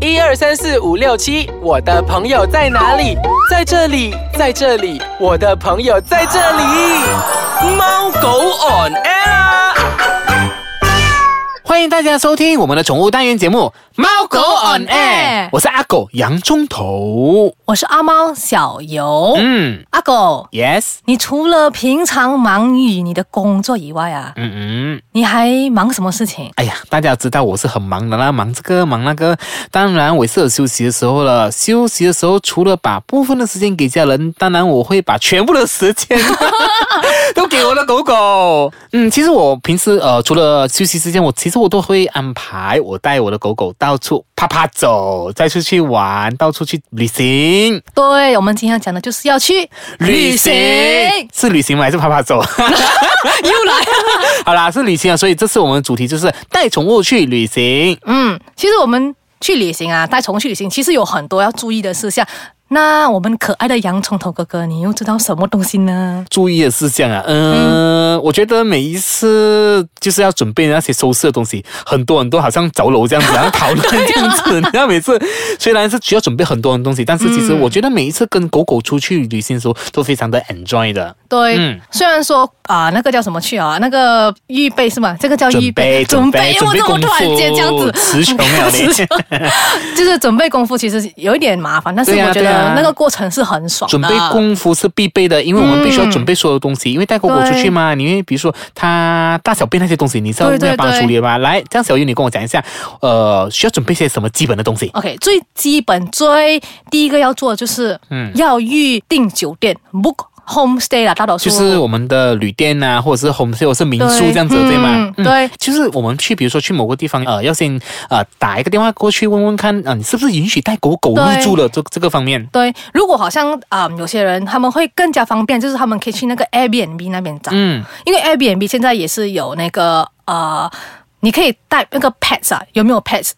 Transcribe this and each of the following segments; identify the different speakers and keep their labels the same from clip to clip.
Speaker 1: 一二三四五六七，我的朋友在哪里？在这里，在这里，我的朋友在这里。
Speaker 2: 猫狗 on air 啊。
Speaker 3: 欢迎大家收听我们的宠物单元节目《猫狗 on air》，我是阿狗杨中头。
Speaker 4: 我是阿猫小游。
Speaker 3: 嗯
Speaker 4: 阿狗，
Speaker 3: ，yes，
Speaker 4: 你除了平常忙于你的工作以外啊，
Speaker 3: 嗯嗯。
Speaker 4: 你还忙什么事情？
Speaker 3: 哎呀，大家知道我是很忙的啦，忙这个忙那个。当然，我也是有休息的时候了。休息的时候，除了把部分的时间给家人，当然我会把全部的时间 都给我的狗狗。嗯，其实我平时呃，除了休息时间，我其实我都会安排我带我的狗狗到处啪啪走，再出去玩，到处去旅行。
Speaker 4: 对我们今天讲的就是要去
Speaker 3: 是旅行吗？还是啪啪走？
Speaker 4: 又来了。
Speaker 3: 好啦，是旅行啊。所以这次我们的主题就是带宠物去旅行。
Speaker 4: 嗯，其实我们去旅行啊，带宠物去旅行，其实有很多要注意的事项。那我们可爱的洋葱头哥哥，你又知道什么东西呢？
Speaker 3: 注意的事项啊，嗯，我觉得每一次就是要准备那些收拾的东西，很多人都好像着楼这样子，然后讨论这样子。 然后每次虽然是需要准备很多的东西，但是其实
Speaker 4: 嗯
Speaker 3: 我觉得每一次跟狗狗出去旅行的时候都非常的 enjoy 的。
Speaker 4: 对，
Speaker 3: 嗯
Speaker 4: 虽然说啊、那个叫什么去啊，那个预备是吗？这个叫
Speaker 3: 准
Speaker 4: 预
Speaker 3: 备，准备，准
Speaker 4: 我
Speaker 3: 备
Speaker 4: 怎么
Speaker 3: 功夫
Speaker 4: 突然间这样子？
Speaker 3: 词穷了
Speaker 4: 词
Speaker 3: 你
Speaker 4: 穷。 就是准备功夫其实有一点麻烦，但是
Speaker 3: 对呀
Speaker 4: 我觉
Speaker 3: 对呀
Speaker 4: 得那个过程是很爽的。
Speaker 3: 准备功夫是必备的，因为我们必须要准备所有东西，因为带狗狗出去嘛，你因为比如说它大小便那些东西，你是要
Speaker 4: 对对
Speaker 3: 要帮它处理的嘛。来，这样小优，你跟我讲一下，呃，需要准备些什么基本的东西？
Speaker 4: OK，最基本最第一个要做的就是，嗯，要预定酒店、book homestay 啦，大多数
Speaker 3: 就是我们的旅店啊，或者是 home stay 或者是民宿
Speaker 4: 对
Speaker 3: 这样子，对吗？
Speaker 4: 嗯对
Speaker 3: 就是我们去，比如说去某个地方，呃，要先呃打一个电话过去问问看，啊、你是不是允许带狗狗入住的这这个方面？
Speaker 4: 对，如果好像啊、有些人他们会更加方便，就是他们可以去那个 Airbnb 那边找，
Speaker 3: 嗯，
Speaker 4: 因为 Airbnb 现在也是有那个呃，你可以带那个 pets 啊，有没有 pets？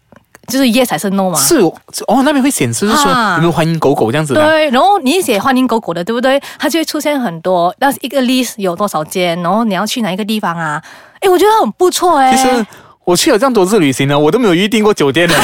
Speaker 4: 就是 yes 还是 no 嘛？
Speaker 3: 是有哦，那边会显示是说
Speaker 4: 啊
Speaker 3: 有没有欢迎狗狗这样子的。
Speaker 4: 对，然后你写欢迎狗狗的，对不对？它就会出现很多，那一个 list 有多少间，然后你要去哪一个地方啊？哎，我觉得很不错哎、
Speaker 3: 其实 我去了这样多次旅行呢，我都没有预定过酒店的。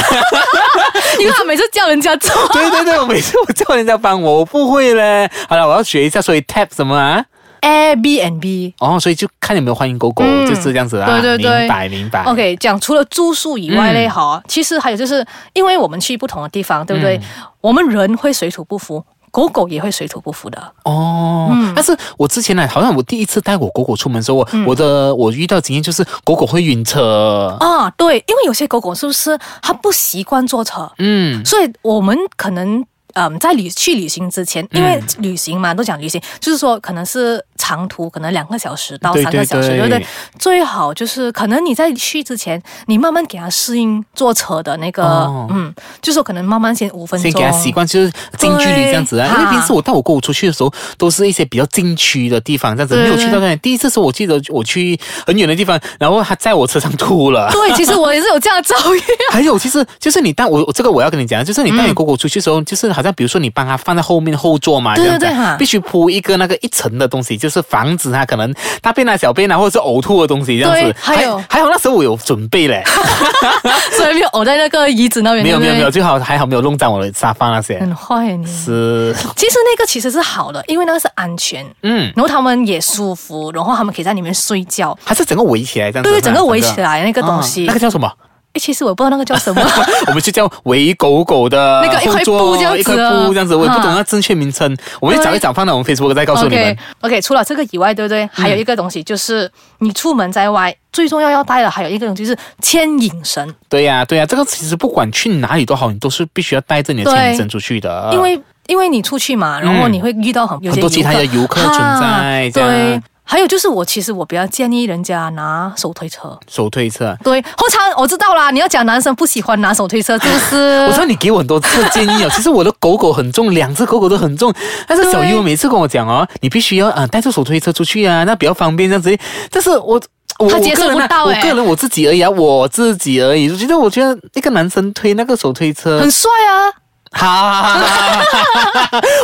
Speaker 4: 因为他每次叫人家做。
Speaker 3: 对对对，我每次我叫人家帮我，我不会嘞。好了，我要学一下，所以 tap 什么啊？
Speaker 4: Airbnb。
Speaker 3: 哦，所以就看有没有欢迎狗狗，
Speaker 4: 嗯
Speaker 3: 就是这样子啊。
Speaker 4: 对对对
Speaker 3: 明白明白。
Speaker 4: OK，讲除了住宿以外嘞，
Speaker 3: 哎嗯
Speaker 4: 哈、其实还有就是，因为我们去不同的地方，对
Speaker 3: 嗯
Speaker 4: 不对？我们人会水土不服，狗狗也会水土不服的。
Speaker 3: 哦，
Speaker 4: 嗯
Speaker 3: 但是我之前呢，好像我第一次带我狗狗出门的时候，我、我的我遇到经验就是狗狗会晕车。
Speaker 4: 啊，对，因为有些狗狗是不是它不习惯坐车，
Speaker 3: 嗯，
Speaker 4: 所以我们可能。嗯，在旅去旅行之前，因为
Speaker 3: 嗯
Speaker 4: 旅行嘛，都讲旅行，就是说可能是长途，可能两个小时到
Speaker 3: 对
Speaker 4: 三个
Speaker 3: 对
Speaker 4: 小时，
Speaker 3: 对
Speaker 4: 对不对？最好就是可能你在去之前，你慢慢给它适应坐车的那个，
Speaker 3: 哦
Speaker 4: 嗯，就是说可能慢慢先五分钟，
Speaker 3: 先给它习惯，就是近距离这样子啊。
Speaker 4: 对
Speaker 3: 因为平时我带我狗狗出去的时候，都是一些比较禁区的地方，这样子
Speaker 4: 对
Speaker 3: 没有去到那里。第一次时候，我记得我去很远的地方，然后它在我车上吐了。
Speaker 4: 对，其实我也是有这样的遭遇。
Speaker 3: 还有，其实就是你带我，我这个我要跟你讲，就是你带你狗狗出去的时候，就是好像比如说你帮它放在后面后座嘛，
Speaker 4: 对
Speaker 3: 这样子啊
Speaker 4: 对对哈
Speaker 3: 必须铺一个那个一层的东西，就是防止它可能大便啊、小便啊，或者是呕吐的东西这样子
Speaker 4: 对。还有
Speaker 3: 还好那时候我有准备 嘞，
Speaker 4: 所以没有呕在那个椅子那边，
Speaker 3: 没有
Speaker 4: 对不
Speaker 3: 没
Speaker 4: 对
Speaker 3: 有没有，，最好还好没有弄脏我的沙发那 些。
Speaker 4: 很坏耶你。
Speaker 3: 是，
Speaker 4: 其实那个其实是好的，因为那个是安全，
Speaker 3: 嗯，
Speaker 4: 然后他们也舒服，然后他们可以在里面睡觉。
Speaker 3: 还是整个围起来这样子。
Speaker 4: 对，整个围起来那个
Speaker 3: 的
Speaker 4: 东西，
Speaker 3: 啊那个叫什么？
Speaker 4: 诶其实我不知道那个叫什么，
Speaker 3: 我们就叫围狗狗的
Speaker 4: 那个一块
Speaker 3: 后座
Speaker 4: 布这样子
Speaker 3: 一块
Speaker 4: 啊
Speaker 3: 布这样子，我也不懂
Speaker 4: 哈
Speaker 3: 那正确名称，我们去找一找，放到我们 Facebook 再告诉你们嗯
Speaker 4: OK。OK，除了这个以外，对不对？还有一个东西就是你出门在外最重要要带的，还有一个东西就是牵引绳，
Speaker 3: 对呀、对呀、这个其实不管去哪里都好，你都是必须要带着你的
Speaker 4: 对
Speaker 3: 牵引绳出去的，
Speaker 4: 因为因为你出去嘛，然后
Speaker 3: 啊嗯
Speaker 4: 你会遇到很有
Speaker 3: 很
Speaker 4: 些
Speaker 3: 多其他的游客存在
Speaker 4: 啊
Speaker 3: 这样
Speaker 4: 对，还有就是我其实我比较建议人家拿手推车。
Speaker 3: 手推车。
Speaker 4: 对，后场我知道啦，你要讲男生不喜欢拿手推车，是不是？
Speaker 3: 我知道你给我很多次建 议哦，其实我的狗狗很重，两只狗狗都很重，但是小
Speaker 4: 对
Speaker 3: 优每次跟我讲哦，你必须要啊、呃带着手推车出去啊，那比较方便这样子。但是我我
Speaker 4: 他接受
Speaker 3: 我个人啊
Speaker 4: 不到
Speaker 3: 我
Speaker 4: 欸
Speaker 3: 个人我自己而已啊，我自己而已。我觉得我觉得一个男生推那个手推车
Speaker 4: 很帅啊，
Speaker 3: 哈，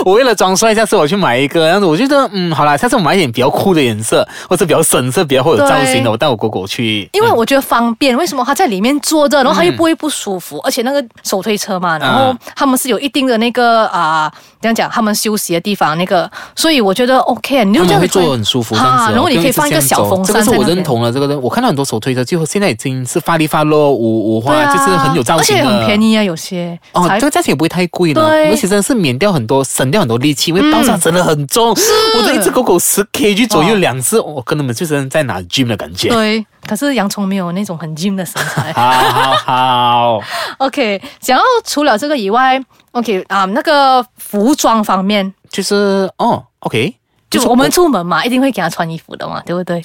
Speaker 3: 我为了装帅，下次我去买一个，这样子我觉得，嗯，好啦，下次我买一点比较酷的颜色，或者比较深色、比较会有造型的，
Speaker 4: 对
Speaker 3: 我带我狗狗去。
Speaker 4: 因为我觉得方便，为什么他在里面坐着，然后他又不会不舒
Speaker 3: 嗯
Speaker 4: 服，而且那个手推车嘛，然后他们是有一定的那个啊，这样讲，他们休息的地方那个，所以我觉得 OK，你啊
Speaker 3: 他
Speaker 4: 就这
Speaker 3: 们
Speaker 4: 样
Speaker 3: 会
Speaker 4: 子
Speaker 3: 坐得
Speaker 4: 推
Speaker 3: 很舒服，这
Speaker 4: 啊
Speaker 3: 样子哦、
Speaker 4: 然后你可以
Speaker 3: 不用直
Speaker 4: 放一个
Speaker 3: 这样
Speaker 4: 小
Speaker 3: 走
Speaker 4: 风
Speaker 3: 这个
Speaker 4: 扇
Speaker 3: 是
Speaker 4: 在
Speaker 3: 我
Speaker 4: 那
Speaker 3: 认
Speaker 4: 边
Speaker 3: 同了。这个我看到很多手推车，就现在已经是发力发落五五花，
Speaker 4: 对啊，
Speaker 3: 就是很有造型的，
Speaker 4: 而且很便宜啊，有些
Speaker 3: 哦，
Speaker 4: 才
Speaker 3: 这个价钱也不会太贵呢，
Speaker 4: 对
Speaker 3: 而且真的是免掉很多，省掉很多力气，因为包上真的很重。我这一只狗狗十 kg 左右，
Speaker 4: 哇
Speaker 3: 两只，我跟他们就真的在拿 gym 的感觉。
Speaker 4: 对，可是洋葱没有那种很 gym 的身 材。
Speaker 3: 好好好，
Speaker 4: OK，然后除了这个以外，OK 啊、那个服装方面，
Speaker 3: 就是哦，OK，
Speaker 4: 就是我们出门嘛，一定会给他穿衣服的嘛，对不对？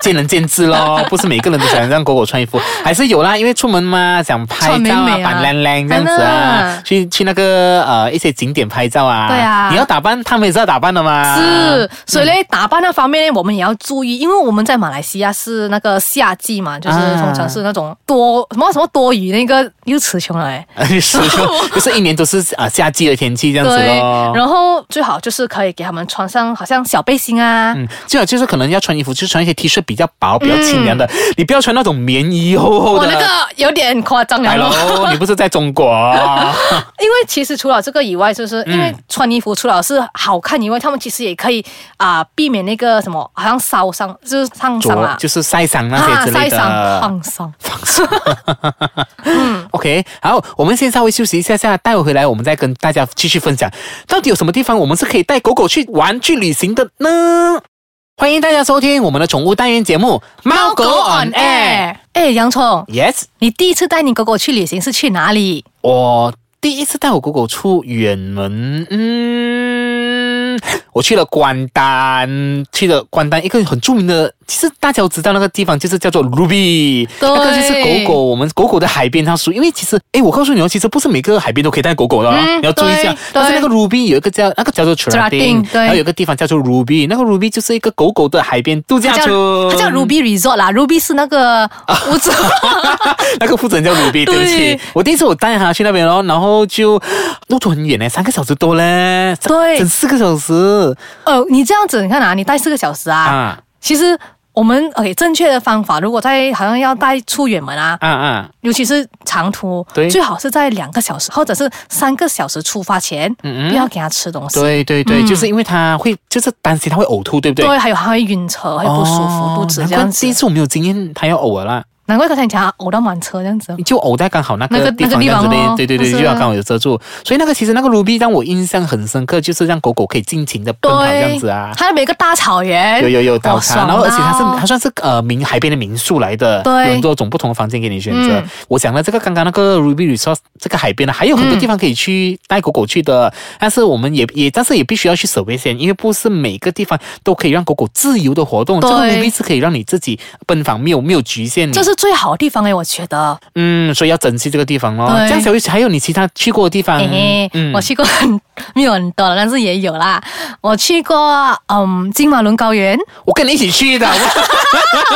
Speaker 3: 见仁见智 咯，不是每个人都想让狗狗穿衣服，还是有啦，因为出门嘛，想拍
Speaker 4: 穿美
Speaker 3: 照啊，
Speaker 4: 美啊
Speaker 3: 板靓靓这样子
Speaker 4: 真
Speaker 3: 啊
Speaker 4: 的，
Speaker 3: 去去那个呃一些景点拍照啊，
Speaker 4: 对啊
Speaker 3: 你要打扮，他们也是要打扮的嘛，
Speaker 4: 是，所以呢，打扮那方面呢，我们也要注意，因为我们在马来西亚是那个夏季嘛，就是
Speaker 3: 啊
Speaker 4: 通常是那种多什么什么多雨，那个又词穷了哎。
Speaker 3: 是， 就就是一年都是啊夏季的天气这样子
Speaker 4: 对
Speaker 3: 咯，。
Speaker 4: 然后最好就是可以给他们穿上好像小背心啊，
Speaker 3: 嗯，最好就是可能要穿衣服，就穿一些 T 恤比较薄、比较清凉的，你不要穿那种棉衣厚厚
Speaker 4: 嗯我
Speaker 3: 的。
Speaker 4: 那个有点夸张了
Speaker 3: 海
Speaker 4: 咯。
Speaker 3: 喽，你不是在中国？啊
Speaker 4: 因为其实除了这个以外，就是因
Speaker 3: 嗯
Speaker 4: 为穿衣服除了是好看以外，他们其实也可以啊、避免那个什么，好像烧伤，就是烫伤
Speaker 3: 着
Speaker 4: 啦，
Speaker 3: 就是晒伤那
Speaker 4: 啊
Speaker 3: 些之类
Speaker 4: 晒
Speaker 3: 的。
Speaker 4: 伤、烫 伤。嗯
Speaker 3: OK，好，我们先稍微休息一下下，待会回来我们再跟大家继续分享，到底有什么地方我们是可以带狗狗去玩、去旅行的呢？欢迎大家收听我们的宠物单元节目《猫狗 on air》。
Speaker 4: 哎，洋葱，
Speaker 3: Yes，
Speaker 4: 你第一次带你狗狗去旅行是去哪里？
Speaker 3: 我第一次带我狗狗出远门，嗯，我去了关丹，去了关丹一个很著名的，其实大家都知道那个地方就是叫做 Ruby，
Speaker 4: 对
Speaker 3: 那个就是狗狗，我们狗狗的海边它属于，因为其实，诶，我告诉你哦，其实不是每个海边都可以带狗狗的、啊，
Speaker 4: 嗯
Speaker 3: 你要注意一下
Speaker 4: 对。
Speaker 3: 但是那个 Ruby 有一个叫那个叫做
Speaker 4: Cheratin，
Speaker 3: Cheratin，
Speaker 4: 对
Speaker 3: 然后有一个地方叫做 Ruby，那个 Ruby 就是一个狗狗的海边度假
Speaker 4: 它
Speaker 3: 村，
Speaker 4: 叫它叫 Ruby Resort 啦，Ruby 是那个
Speaker 3: 啊
Speaker 4: 屋子。
Speaker 3: 那个负责人叫鲁比，对不起
Speaker 4: 对，
Speaker 3: 我第一次我带他去那边哦，然后就路途很远呢，三个小时多嘞，三
Speaker 4: 对
Speaker 3: 整四个小时
Speaker 4: 哦，你这样子，你看啊，你带四个小时啊，
Speaker 3: 啊
Speaker 4: 其实我们 OK 正确的方法，如果在好像要带出远门啊，
Speaker 3: 啊啊，
Speaker 4: 尤其是长途，
Speaker 3: 对
Speaker 4: 最好是在两个小时或者是三个小时出发前，不要给它吃东西。
Speaker 3: 嗯对对对，就是因为他会就是担心他会呕吐，对不对？
Speaker 4: 嗯对，还有它会晕车，会不舒服，肚子
Speaker 3: 难
Speaker 4: 这
Speaker 3: 怪
Speaker 4: 样子
Speaker 3: 第一。次我没有经验，他要呕了啦，
Speaker 4: 难怪刚才你讲它呕到满车这样子。
Speaker 3: 就呕在刚好那
Speaker 4: 那
Speaker 3: 个
Speaker 4: 个
Speaker 3: 地
Speaker 4: 那
Speaker 3: 方这
Speaker 4: 个地
Speaker 3: 样
Speaker 4: 方
Speaker 3: 子
Speaker 4: 哦
Speaker 3: 的，对对对，
Speaker 4: 是啊
Speaker 3: 就要刚好有遮住。所以那个其实那个卢比让我印象很深刻，就是让狗狗可以尽情的奔跑这样子啊。
Speaker 4: 它那边有一个大草原，
Speaker 3: 有有有
Speaker 4: 哇
Speaker 3: 早
Speaker 4: 哎爽
Speaker 3: 餐，然后而且它是
Speaker 4: 到
Speaker 3: 它算是呃民海边的民宿来的，
Speaker 4: 对
Speaker 3: 有很多种不同的房间给你选择。
Speaker 4: 嗯
Speaker 3: 我讲了这个刚刚那个 Ruby Resort 这个海边呢，还有很多地方可以去、带狗狗去
Speaker 4: 嗯
Speaker 3: 的，但是我们也也但是也必须要去守卫先，因为不是每个地方都可以让狗狗自由的活动，这
Speaker 4: 对
Speaker 3: 个 Ruby 是可以让你自己奔访，没有没有局限你
Speaker 4: 这。是最好的地方哎，我觉得。
Speaker 3: 嗯，所以要珍惜这个地方咯。
Speaker 4: 对
Speaker 3: 这样小玉还有你其他去过的地方？
Speaker 4: 诶、
Speaker 3: 嗯
Speaker 4: 我去过很 没有很多了，但是也有啦。我去过嗯金马伦高原，
Speaker 3: 我跟你一起去的。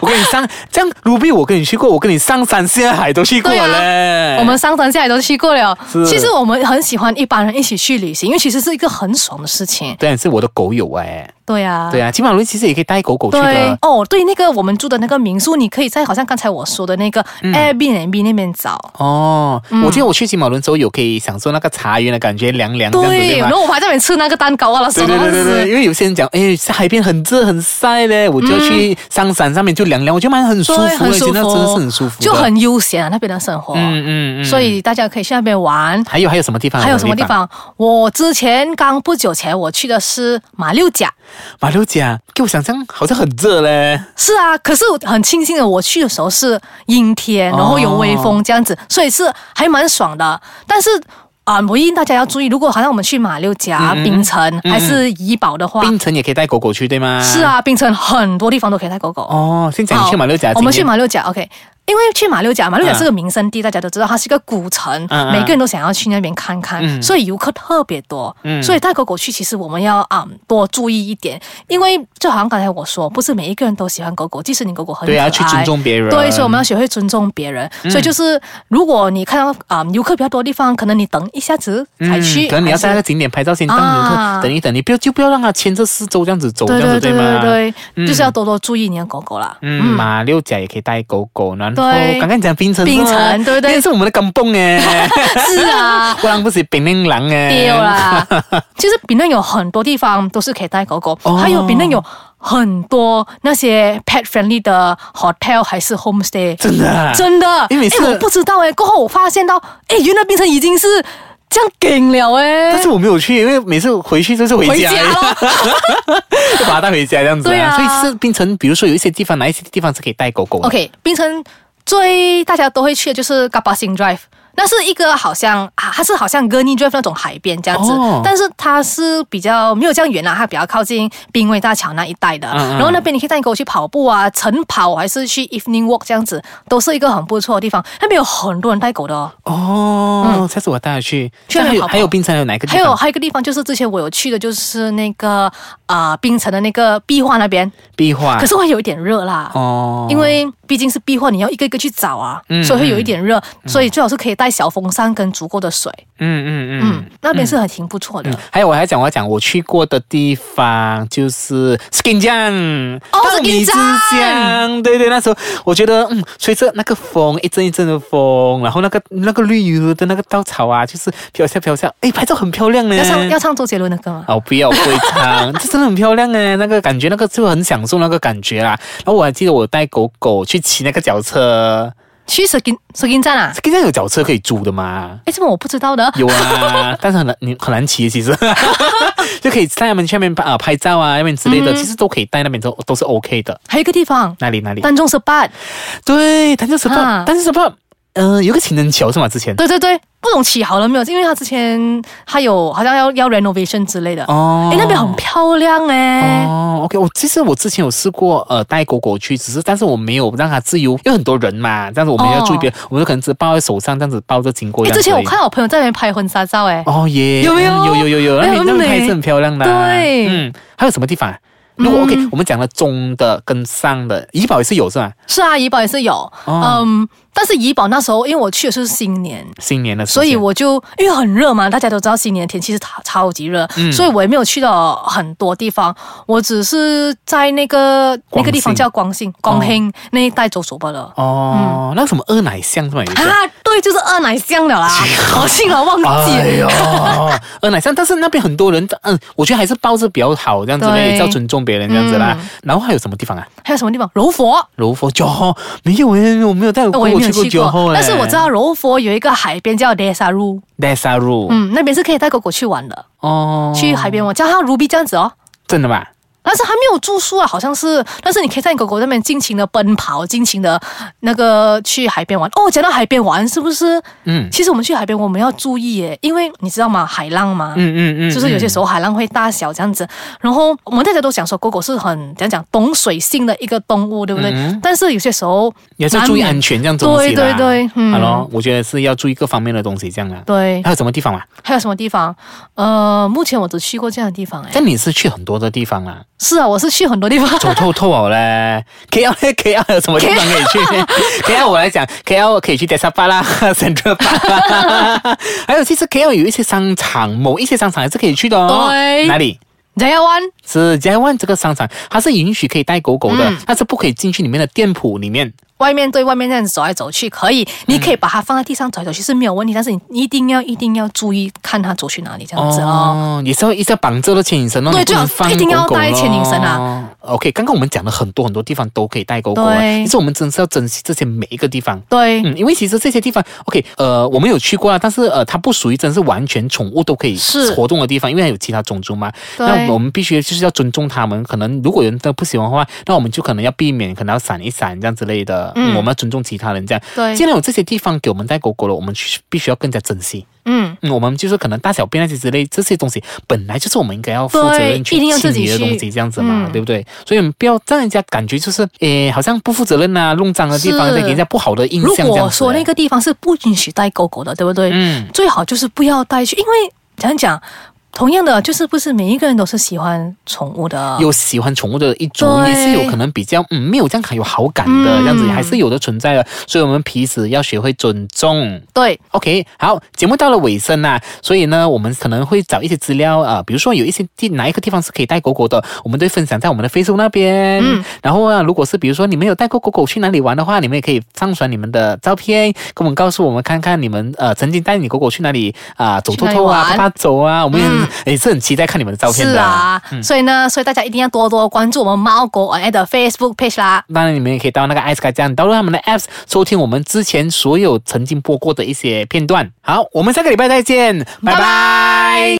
Speaker 3: 我跟你上这样，卢比，我跟你去过，我跟你上山下海都去过
Speaker 4: 对啊
Speaker 3: 嘞。
Speaker 4: 我们上山下来都去过了
Speaker 3: 哎是。
Speaker 4: 其实我们很喜欢一般人一起去旅行，因为其实是一个很爽的事情。
Speaker 3: 对，啊是我的狗友哎、
Speaker 4: 对啊，
Speaker 3: 对啊，金马伦其实也可以带狗狗去
Speaker 4: 对
Speaker 3: 的。
Speaker 4: 哦，对，那个我们住的那个民宿，你可以在好像刚才我说的那个
Speaker 3: 嗯
Speaker 4: Airbnb 那边找。
Speaker 3: 哦，
Speaker 4: 嗯
Speaker 3: 我记得我去金马伦之后有可以享受那个茶园的感觉，凉凉这样子
Speaker 4: 对，
Speaker 3: 对
Speaker 4: 然
Speaker 3: 吗？
Speaker 4: 后我还在那边吃那个蛋糕啊，那时
Speaker 3: 对
Speaker 4: 候
Speaker 3: 对对对对，
Speaker 4: 是
Speaker 3: 因为有些人讲，哎，海边很热很晒嘞，我就要去上山上面就凉凉，我觉得蛮很舒服
Speaker 4: 对，
Speaker 3: 的，
Speaker 4: 哎很舒
Speaker 3: 觉得真的是很舒
Speaker 4: 服
Speaker 3: 服，的，
Speaker 4: 就很悠闲啊，那边的生活。
Speaker 3: 嗯嗯嗯。
Speaker 4: 所以大家可以去那边玩。
Speaker 3: 还有还有什么地方？
Speaker 4: 还有什么地？方？我之前刚不久前我去的是马六甲，
Speaker 3: 马六甲，给我想象好像很热嘞。
Speaker 4: 是啊，可是我很庆幸的，我去的时候是阴天，
Speaker 3: 哦
Speaker 4: 然后有微风这样子，所以是还蛮爽的。但是啊，唯一大家要注意，如果好像我们去马六甲、槟城、还是怡保的话，
Speaker 3: 嗯槟城也可以带狗狗去，对吗？
Speaker 4: 啊是。啊，槟城很多地方都可以带狗狗。
Speaker 3: 哦，先讲你去马六甲，
Speaker 4: 好我们去马六甲，OK。因为去马六甲，马六
Speaker 3: 嗯
Speaker 4: 甲是个名胜地，大家都知道，它是一个古城，
Speaker 3: 嗯嗯
Speaker 4: 每个人都想要去那边看看，
Speaker 3: 嗯
Speaker 4: 所以游客特别多。
Speaker 3: 嗯
Speaker 4: 所以带狗狗去，其实我们要啊、多注意一点，因为就好像刚才我说，不是每一个人都喜欢狗狗，即使你狗狗很可爱，
Speaker 3: 对啊，去尊重别人。嗯
Speaker 4: 对，所以我们要学会尊重别人。所以就是，如果你看到啊、游客比较多的地方，可能你等一下子才去，
Speaker 3: 嗯、可能你要在那个
Speaker 4: 还是
Speaker 3: 景点拍照，先当游客、
Speaker 4: 啊
Speaker 3: 等一等，你不要就不要让它牵着四周这样子走，
Speaker 4: 对
Speaker 3: 这样
Speaker 4: 对
Speaker 3: 子
Speaker 4: 对
Speaker 3: 吗？
Speaker 4: 对对，
Speaker 3: 嗯
Speaker 4: 就是要多多注意你的狗狗啦。
Speaker 3: 嗯，马六甲也可以带狗狗，然后
Speaker 4: 对
Speaker 3: 刚刚你讲槟城，
Speaker 4: 槟城对不对
Speaker 3: 那是我们的港蹦 哎，
Speaker 4: 是 啊，
Speaker 3: 不然不是槟榔狼哎，
Speaker 4: 丢啦。 其实槟榔有很多地方都是可以带狗狗，
Speaker 3: 哦
Speaker 4: 还有槟榔有很多那些 pet friendly 的 hotel 还是 homestay，
Speaker 3: 真的啊
Speaker 4: 真的。
Speaker 3: 因为
Speaker 4: 诶
Speaker 3: 是
Speaker 4: 我不知道哎，过后我发现到，哎，原来槟城已经是这样顶了哎。
Speaker 3: 但是我没有去，因为每次回去就是回
Speaker 4: 回
Speaker 3: 家，
Speaker 4: 家咯
Speaker 3: 就把它带回家这样子、
Speaker 4: 对啊
Speaker 3: 所以是槟城，比如说有一些地方，哪一些地方是可以带狗狗的
Speaker 4: OK，槟城最大家都会去的就是 g a b a s i n Drive，那是一个好像啊，它是好像 Gurney Drive 那种海边这样子，
Speaker 3: 哦
Speaker 4: 但是它是比较没有这样远啦、啊它比较靠近滨威大桥那一带的。
Speaker 3: 嗯嗯
Speaker 4: 然后那边你可以带狗去跑步啊、晨跑，还是去 Evening Walk 这样子，都是一个很不错的地方。那边有很多人带狗的哦。
Speaker 3: 哦、下次我带它去。
Speaker 4: 嗯去那边
Speaker 3: 还有
Speaker 4: 跑步
Speaker 3: 还有槟城还有哪个地
Speaker 4: 还
Speaker 3: 方？
Speaker 4: 有还有一个地方就是之前我有去的，就是那个啊槟、城的那个壁画那边，
Speaker 3: 壁画，
Speaker 4: 可是会有一点热啦。
Speaker 3: 哦，
Speaker 4: 因为毕竟是壁画，你要一个一个去找啊，
Speaker 3: 嗯
Speaker 4: 所以会有一点热，所以最好是可以带小风扇跟足够的水。
Speaker 3: 嗯嗯。嗯
Speaker 4: 嗯，那边是很挺不错的。
Speaker 3: 还有我还讲，我要讲我去过的地方就是 Skin 酱，
Speaker 4: 哦
Speaker 3: 稻
Speaker 4: Skin
Speaker 3: 米之乡，对对，那时候我觉得，嗯，吹着那个风，一阵一阵的风，然后那个那个绿油的那个稻草啊，就是飘下飘下，哎，拍照很漂亮呢。
Speaker 4: 要唱要唱周杰伦的歌吗？
Speaker 3: 哦，不要，我不会 唱，这真的很漂亮哎，那个感觉，那个就很享受那个感觉啦。然后我还记得我带狗狗去骑那个脚车
Speaker 4: 去 skin skin 站啊？
Speaker 3: ，Skin 酱有脚车可以租的吗？
Speaker 4: 哎，这么我不知道的。
Speaker 3: 有 啊，但是很难，你很难骑，其实 就可以在他们去那边拍啊、拍照啊，那边之类
Speaker 4: 嗯
Speaker 3: 的，其实都可以带那边都都是 OK 的。
Speaker 4: 还有一个地方，
Speaker 3: 哪里哪里？
Speaker 4: 丹中十八，
Speaker 3: 对，但是什么
Speaker 4: 啊？
Speaker 3: 但是什么？嗯、有个情人桥是吗？之前
Speaker 4: 对对对，不懂起好了没有？因为他之前他有好像要要 renovation 之类的。哎、
Speaker 3: 哦，
Speaker 4: 那边很漂亮哎、
Speaker 3: 哦，OK，我其实我之前有试过，呃，带狗狗去，只是但是我没有让它自由，因为很多人嘛，这样子我们
Speaker 4: 哦
Speaker 3: 要注意别人，我们就可能只抱在手上，这样子抱着经过这
Speaker 4: 哎、
Speaker 3: 样
Speaker 4: 之
Speaker 3: 子
Speaker 4: 前
Speaker 3: 而
Speaker 4: 我
Speaker 3: 已。
Speaker 4: 看到我朋友在那边拍婚纱照哎、
Speaker 3: 哦耶，
Speaker 4: 有没有
Speaker 3: 嗯有有有有，
Speaker 4: 哎
Speaker 3: 那边
Speaker 4: 很
Speaker 3: 那边
Speaker 4: 美
Speaker 3: 拍是很漂亮的。
Speaker 4: 对嗯
Speaker 3: 嗯，还有什么地方啊？如果 OK，我们讲了中的跟上的，怡保也是有是吧？
Speaker 4: 是啊，怡保也是有，
Speaker 3: 哦
Speaker 4: 嗯，但是怡保那时候因为我去的是新年，
Speaker 3: 新年的时间，
Speaker 4: 所以我就因为很热嘛，大家都知道新年的天气是超超级热，
Speaker 3: 嗯
Speaker 4: 所以我也没有去到很多地方，我只是在那个那个地方叫光兴、光兴、那一带走走罢了。
Speaker 3: 哦，那什么二奶巷是吧？有一个
Speaker 4: 啊，对，就是二奶 乡了啦，我竟然忘记
Speaker 3: 哎
Speaker 4: 了。
Speaker 3: 呦，二奶巷，但是那边很多人，嗯，我觉得还是抱着比较好，这样子呢，
Speaker 4: 对嗯
Speaker 3: 也是要尊重别人这样子啦。然后还有什么地方啊？
Speaker 4: 还有什么地方？柔佛。
Speaker 3: 柔佛九号没有诶，我没有带
Speaker 4: 呃
Speaker 3: 过
Speaker 4: 我也没有
Speaker 3: 去
Speaker 4: 去
Speaker 3: 九号哎
Speaker 4: 过，
Speaker 3: 诶。
Speaker 4: 但是我知道柔佛有一个海边叫 Desa Ru，
Speaker 3: 带沙入
Speaker 4: 嗯，那边是可以带狗狗去玩的，
Speaker 3: 哦，
Speaker 4: 嗯去海边玩，叫它 Ruby 这样子哦。
Speaker 3: 真的吧？
Speaker 4: 但是它没有住宿啊，好像是，但是你可以在你狗狗那边尽情的奔跑，尽情的那个去海边玩。哦，讲到海边玩，是不是？
Speaker 3: 嗯
Speaker 4: 其实我们去海边，我们要注意耶，因为你知道吗？海浪嘛，
Speaker 3: 嗯嗯嗯，
Speaker 4: 就是有些
Speaker 3: 嗯
Speaker 4: 时候海浪会大小这样子。然后我们大家都想说，狗狗是很讲讲懂水性的一个动物，对不对？但是有些时候
Speaker 3: 嗯也是要注意
Speaker 4: 难免
Speaker 3: 安全这样东西啦。
Speaker 4: 对对对嗯
Speaker 3: 好咯，我觉得是要注意各方面的东西这样啦。
Speaker 4: 对
Speaker 3: 还，有什么地方啊？
Speaker 4: 还有什么地方？呃，目前我只去过这样的地方，哎，
Speaker 3: 但你是去很多的地方啦，
Speaker 4: 是啊，我是去很多地方。
Speaker 3: 走透透好嘞。K L K L 有什么地方可以去 ？K L 我来讲，K L 可以去 d e s a 巴拉、Central 巴还有其实 K L 有一些商场，某一些商场还是可以去的哦。
Speaker 4: 对
Speaker 3: 哪里？
Speaker 4: 人家湾
Speaker 3: 是 j a n 这个商场，它是允许可以带狗狗
Speaker 4: 嗯
Speaker 3: 的，但是不可以进去里面的店铺里面。
Speaker 4: 外面对外面这样子走来走去可以，
Speaker 3: 嗯
Speaker 4: 你可以把它放在地上走来走去是没有问题，但是你一定要一定要注意看它走去哪里这样子哦。
Speaker 3: 哦，也是要一直要绑着了牵引绳哦，
Speaker 4: 对
Speaker 3: 你不能
Speaker 4: 就要
Speaker 3: 放
Speaker 4: 一定要带
Speaker 3: 狗狗咯
Speaker 4: 牵引绳啊
Speaker 3: 哦 OK，刚刚我们讲了很多很多地方都可以带狗狗啊，
Speaker 4: 对
Speaker 3: 其实我们真是要珍惜这些每一个地方。
Speaker 4: 对，
Speaker 3: 嗯，因为其实这些地方，OK，呃，我们有去过啊，但是呃，它不属于真是完全宠物都可以
Speaker 4: 是
Speaker 3: 活动的地方，因为它有其他种族嘛。
Speaker 4: 对
Speaker 3: 那我们必须就是要尊重他们。可能如果有人真的不喜欢的话，那我们就可能要避免，可能要闪一闪这样之类的。
Speaker 4: 嗯
Speaker 3: 我们要尊重其他人这样。
Speaker 4: 对
Speaker 3: 既然有这些地方给我们带狗狗了，我们去必须要更加珍惜。
Speaker 4: 嗯，
Speaker 3: 嗯，我们就是可能大小便那些之类这些东西，本来就是我们应该要负责任
Speaker 4: 对
Speaker 3: 去
Speaker 4: 一定要
Speaker 3: 清
Speaker 4: 自己
Speaker 3: 理的
Speaker 4: 去
Speaker 3: 东西，这样子嘛，
Speaker 4: 嗯
Speaker 3: 对不对？所以我们不要让人家感觉就是，诶，好像不负责任呐、弄脏的地方，
Speaker 4: 是
Speaker 3: 再给人家不好的印
Speaker 4: 如
Speaker 3: 象这样
Speaker 4: 果
Speaker 3: 子。
Speaker 4: 说那，个地方是不允许带狗狗的，对不对？
Speaker 3: 嗯，
Speaker 4: 最好就是不要带去，因为怎样讲，同样的就是不是每一个人都是喜欢宠物的，
Speaker 3: 有喜欢宠物的一族，
Speaker 4: 啊对
Speaker 3: 也是有可能比较嗯没有这样很有好感的、
Speaker 4: 嗯
Speaker 3: 这样子，还是有的存在的。所以我们彼此要学会尊重。
Speaker 4: 对，
Speaker 3: OK，好，节目到了尾声啦、所以呢，我们可能会找一些资料啊、呃比如说有一些地哪一个地方是可以带狗狗的，我们都会分享在我们的 Facebook 那边。
Speaker 4: 嗯，
Speaker 3: 然后啊，如果是比如说你们有带过狗狗去哪里玩的话，你们也可以上传你们的照片，跟我们告诉我们看看你们呃曾经带你狗狗去哪里啊、走透透啊，
Speaker 4: 去哪
Speaker 3: 爬
Speaker 4: 里
Speaker 3: 爬
Speaker 4: 玩
Speaker 3: 走啊，我们也、
Speaker 4: 嗯
Speaker 3: 也是很期待看你们的照片
Speaker 4: 是
Speaker 3: 的。嗯
Speaker 4: 啊，所以呢，所以大家一定要多多关注我们猫狗 on air 的 Facebook page 啦。
Speaker 3: 当然，你们也可以到那个 i c e 这样，导入他们的 Apps，收听我们之前所有曾经播过的一些片段。好，我们下个礼拜再见，拜拜。
Speaker 4: 拜